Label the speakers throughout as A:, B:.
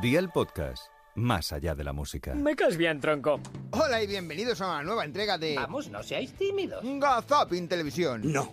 A: Día el podcast, más allá de la música.
B: Me caes bien, tronco.
C: Hola y bienvenidos a una nueva entrega de
D: Vamos, no seáis tímidos.
C: Gazapin Televisión.
E: No.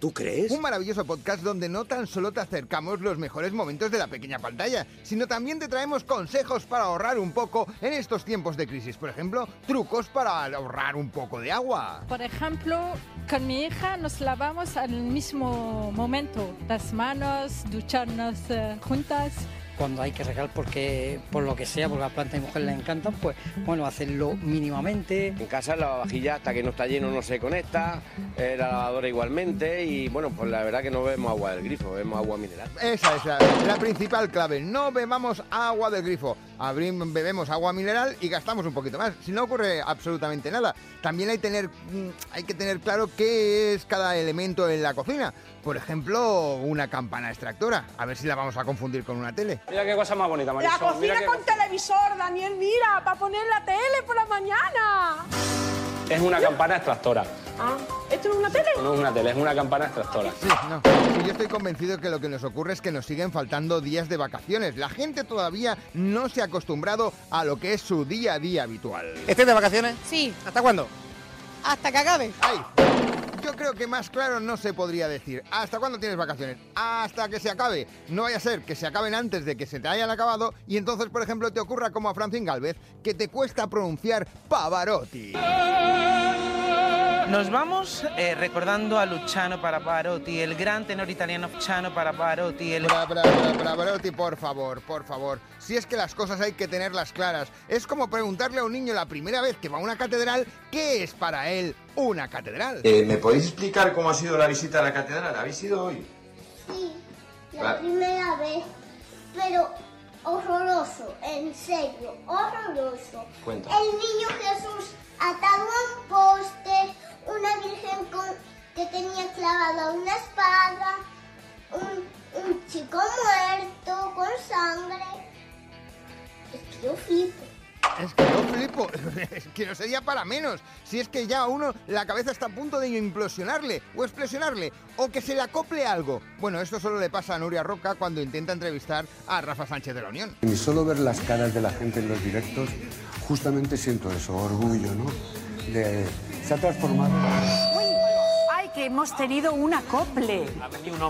E: ¿Tú crees?
C: Un maravilloso podcast donde no tan solo te acercamos los mejores momentos de la pequeña pantalla, sino también te traemos consejos para ahorrar un poco en estos tiempos de crisis. Por ejemplo, trucos para ahorrar un poco de agua.
F: Por ejemplo, con mi hija nos lavamos al mismo momento las manos, ducharnos eh, juntas.
G: cuando hay que regar porque por lo que sea, porque las plantas de mujer les encantan, pues bueno, hacerlo mínimamente.
H: En casa la lavavajillas hasta que no está lleno no se conecta, eh, la lavadora igualmente y bueno, pues la verdad que no vemos agua del grifo, vemos agua mineral.
C: Esa es la, la principal clave. No bebamos agua del grifo. Abrim- bebemos agua mineral y gastamos un poquito más. Si no ocurre absolutamente nada. También hay, tener, mm, hay que tener claro qué es cada elemento en la cocina. Por ejemplo, una campana extractora. A ver si la vamos a confundir con una tele.
B: Mira qué cosa más bonita,
I: La
B: Marisol. Mira
I: cocina
B: qué
I: con
B: cosa-
I: televisor, Daniel, mira, para Ah, poner la tele por la mañana.
B: Es una campana extractora.
I: Ah, ¿esto no es una tele?
B: No es una tele, es una campana extractora.
C: Sí, no. Yo estoy convencido que lo que nos ocurre es que nos siguen faltando días de vacaciones. La gente todavía no se ha acostumbrado a lo que es su día a día habitual.
J: ¿Estés de vacaciones?
K: Sí,
J: ¿Hasta cuándo?
K: hasta que acabe.
C: ¡Ay! Yo creo que más claro no se podría decir. ¿Hasta cuándo tienes vacaciones? Hasta que se acabe. No vaya a ser que se acaben antes de que se te hayan acabado y entonces, por ejemplo, te ocurra como a Francín Galvez, que te cuesta pronunciar Pavarotti.
L: Nos vamos eh, recordando a Luciano Paraparotti, el gran tenor italiano Luciano Paraparotti, el...
C: Bra, bra, bra, bra, Barotti, por favor, por favor. Si es que las cosas hay que tenerlas claras. Es como preguntarle a un niño la primera vez que va a una catedral, ¿qué es para él una catedral?
H: ¿Me podéis explicar cómo ha sido la visita a la catedral? ¿Habéis ido hoy?
M: Sí, la
H: Claro.
M: primera vez, pero horroroso, en serio, horroroso.
H: Cuenta.
M: El niño Jesús atado a un poste, una virgen con- que tenía clavada una espada, un, un chico muerto con sangre. Es que yo flipo.
C: Es que yo flipo, es que no sería para menos. Si es que ya a uno la cabeza está a punto de implosionarle o explosionarle o que se le acople algo. Bueno, esto solo le pasa a Nuria Roca cuando intenta entrevistar a Rafa Sánchez de la Unión.
N: Y solo ver las caras de la gente en los directos, justamente siento eso, orgullo, ¿no? De- se ha transformado.
I: Ay, que hemos tenido un acople.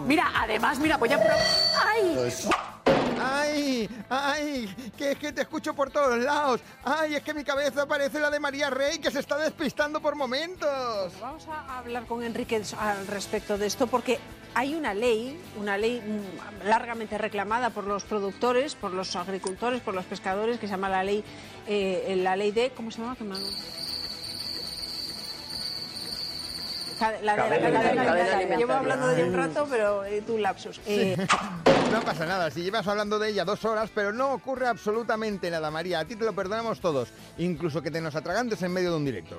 I: Mira, además, mira, voy a... Ay,
D: Pues-
C: ¡Ay! ¡Ay! Que es que te escucho por todos lados. ¡Ay! Es que mi cabeza parece la de María Rey que se está despistando por momentos.
I: Vamos a hablar con Enrique al respecto de esto porque hay una ley, una ley mm, largamente reclamada por los productores, por los agricultores, por los pescadores, que se llama la ley, eh, la ley de, ¿cómo se llama? Que me- Cade- La de la
D: Cadena
I: cadena
D: alimentaria.
I: alimentaria. Llevo hablando de ella un rato, pero eh, tu lapsus. Eh,
C: No pasa nada, si llevas hablando de ella dos horas, pero no ocurre absolutamente nada, María. A ti te lo perdonamos todos, incluso que te nos atragantes en medio de un directo.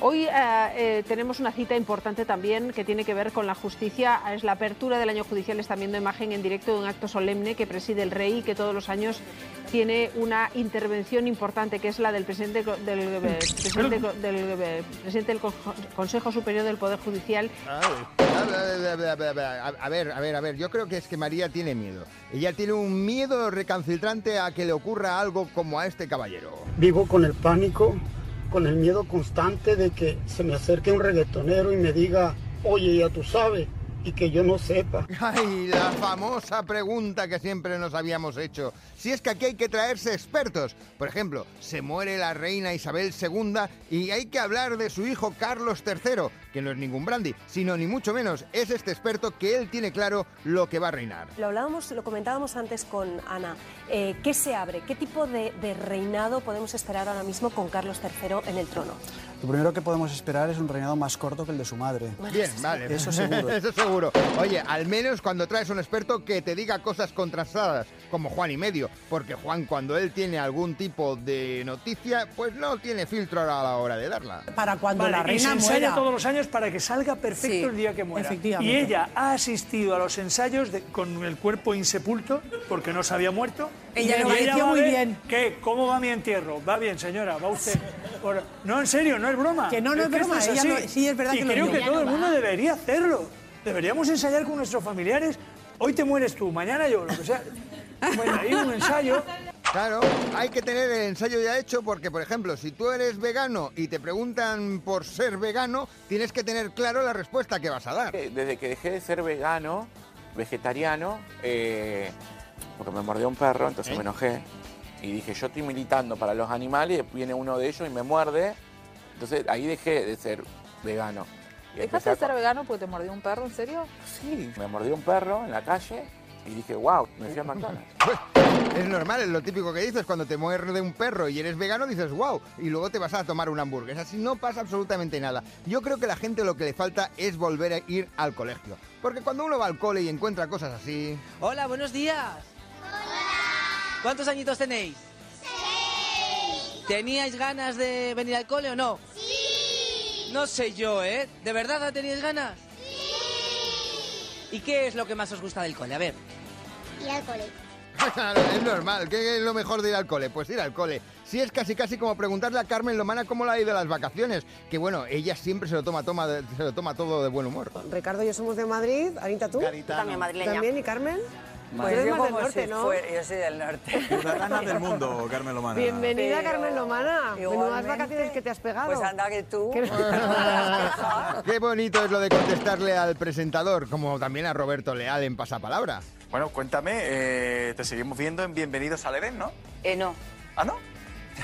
I: Hoy eh, eh, tenemos una cita importante también que tiene que ver con la justicia. Es la apertura del año judicial. Están viendo imagen en directo de un acto solemne que preside el rey y que todos los años tiene una intervención importante, que es la del presidente co- del, eh, presidente co- del, eh, presidente del Conjo- Consejo Superior del Poder Judicial.
C: A ver, a ver, a ver, yo creo que es que María tiene miedo. Ella tiene un miedo recalcitrante a que le ocurra algo como a este caballero.
O: Vivo con el pánico, con el miedo constante de que se me acerque un reggaetonero y me diga, oye, ya tú sabes, y que yo no sepa.
C: Ay, la famosa pregunta que siempre nos habíamos hecho. Si es que aquí hay que traerse expertos. Por ejemplo, se muere la reina Isabel II y hay que hablar de su hijo Carlos III, que no es ningún brandy, sino ni mucho menos es este experto que él tiene claro lo que va a reinar.
P: Lo hablábamos, lo comentábamos antes con Ana. Eh, ¿Qué se abre? ¿Qué tipo de, de reinado podemos esperar ahora mismo con Carlos III en el trono?
J: Lo primero que podemos esperar es un reinado más corto que el de su madre.
C: Bien, vale.
J: Eso seguro.
C: Eso seguro. Oye, al menos cuando traes un experto que te diga cosas contrastadas, como Juan y medio, porque Juan cuando él tiene algún tipo de noticia, pues no tiene filtro a la hora de darla.
K: Para cuando
Q: Vale,
K: la
Q: y se
K: reina
Q: ensaya
K: muera.
Q: todos los años para que salga perfecto
K: Sí,
Q: el día que muera.
K: efectivamente.
Q: Y ella ha asistido a los ensayos de- con el cuerpo insepulto porque no se había muerto.
K: Ella
Q: Y
K: lo pareció
Q: va a
K: muy
Q: ver
K: bien.
Q: ¿Qué? ¿Cómo va mi entierro? Va bien, señora, va usted. Ahora- No, en serio, no es broma.
K: Que no, no es
Q: que esto
K: broma, ella
Q: así.
K: no- sí, es verdad
Q: y
K: que lo
Q: creo
K: vio.
Q: que
K: Ella
Q: todo
K: no
Q: el
K: va.
Q: mundo debería hacerlo. Deberíamos ensayar con nuestros familiares. Hoy te mueres tú, mañana yo, lo que sea. Bueno, ahí un ensayo.
C: Claro, hay que tener el ensayo ya hecho porque, por ejemplo, si tú eres vegano y te preguntan por ser vegano, tienes que tener claro la respuesta que vas a dar.
D: Eh, Desde que dejé de ser vegano, vegetariano, eh, porque me mordió un perro, entonces me enojé. Y dije, yo estoy militando para los animales, viene uno de ellos y me muerde. Entonces ahí dejé de ser vegano. Y
E: ¿Dejaste
D: empecé
E: de
D: a
E: ser vegano porque te mordió un perro, en serio?
D: Sí. Me mordió un perro en la calle y dije, wow, me fui a McDonald's.
C: Es normal, es lo típico que dices cuando te muerde un perro y eres vegano, dices wow, y luego te vas a tomar una hamburguesa. Así no pasa absolutamente nada. Yo creo que la gente lo que le falta es volver a ir al colegio. Porque cuando uno va al cole y encuentra cosas así.
R: Hola, buenos días. ¿Cuántos añitos tenéis? ¿Teníais ganas de venir al cole o no? No sé yo, ¿eh? ¿De verdad la teníais ganas? ¿Y qué es lo que más os gusta del cole? A ver.
S: Pues
M: Y al cole.
C: Claro, es normal. ¿Qué es lo mejor de ir al cole? Pues ir al cole. Sí, es casi casi como preguntarle a Carmen Lomana cómo la ha ido las vacaciones. Que bueno, ella siempre se lo toma, toma de- se lo toma todo de buen humor.
T: Ricardo y yo somos de Madrid. Anita, ¿tú?
S: También madrileña.
T: ¿También? ¿Y Carmen?
S: Pues
T: Tú eres
S: yo,
T: más del
S: como
T: norte,
S: si
T: ¿no?
S: fue- yo soy del norte.
U: Ciudadana del mundo, Carmen Lomana.
T: Bienvenida,
S: Pero-
T: Carmen Lomana. Menudas
S: Igualmente.
T: vacaciones que te has pegado.
S: Pues anda que tú.
C: Qué bonito es lo de contestarle al presentador, como también a Roberto Leal en Pasapalabra.
U: Bueno, cuéntame, eh, te seguimos viendo en Bienvenidos al Edén, ¿no?
S: Eh, no,
U: ¿Ah, no?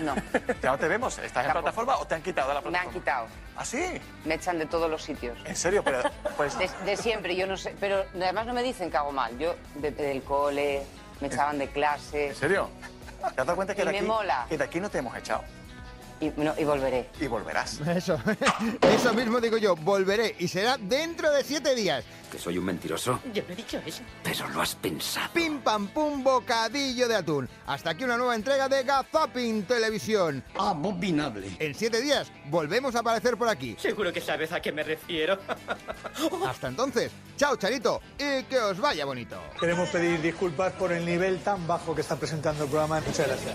S: no.
U: Ya no te vemos. ¿Estás en plataforma o te han quitado de la
S: Me han
U: plataforma?
S: quitado.
U: ¿Ah, sí?
S: Me echan de todos los sitios.
U: ¿En serio? Pero, pues,
S: De, de siempre, yo no sé. Pero además no me dicen que hago mal. Yo, de- del cole, me echaban de clase.
U: ¿en serio? ¿Te has dado cuenta que
S: Y
U: de,
S: me
U: aquí,
S: mola.
U: que de aquí no te hemos echado?
S: Y, volveré.
U: Y volverás.
C: Eso, eso mismo digo yo, volveré y será dentro de siete días.
V: Que soy un mentiroso.
C: Yo no he dicho eso.
V: Pero lo has pensado.
C: Pim pam pum, bocadillo de atún. Hasta aquí una nueva entrega de Gazapin Televisión. Abominable. En siete días volvemos a aparecer por aquí.
W: Seguro que sabes a qué me refiero.
C: Hasta entonces, chao Charito y que os vaya bonito.
Q: Queremos pedir disculpas por el nivel tan bajo que está presentando el programa. Muchas gracias.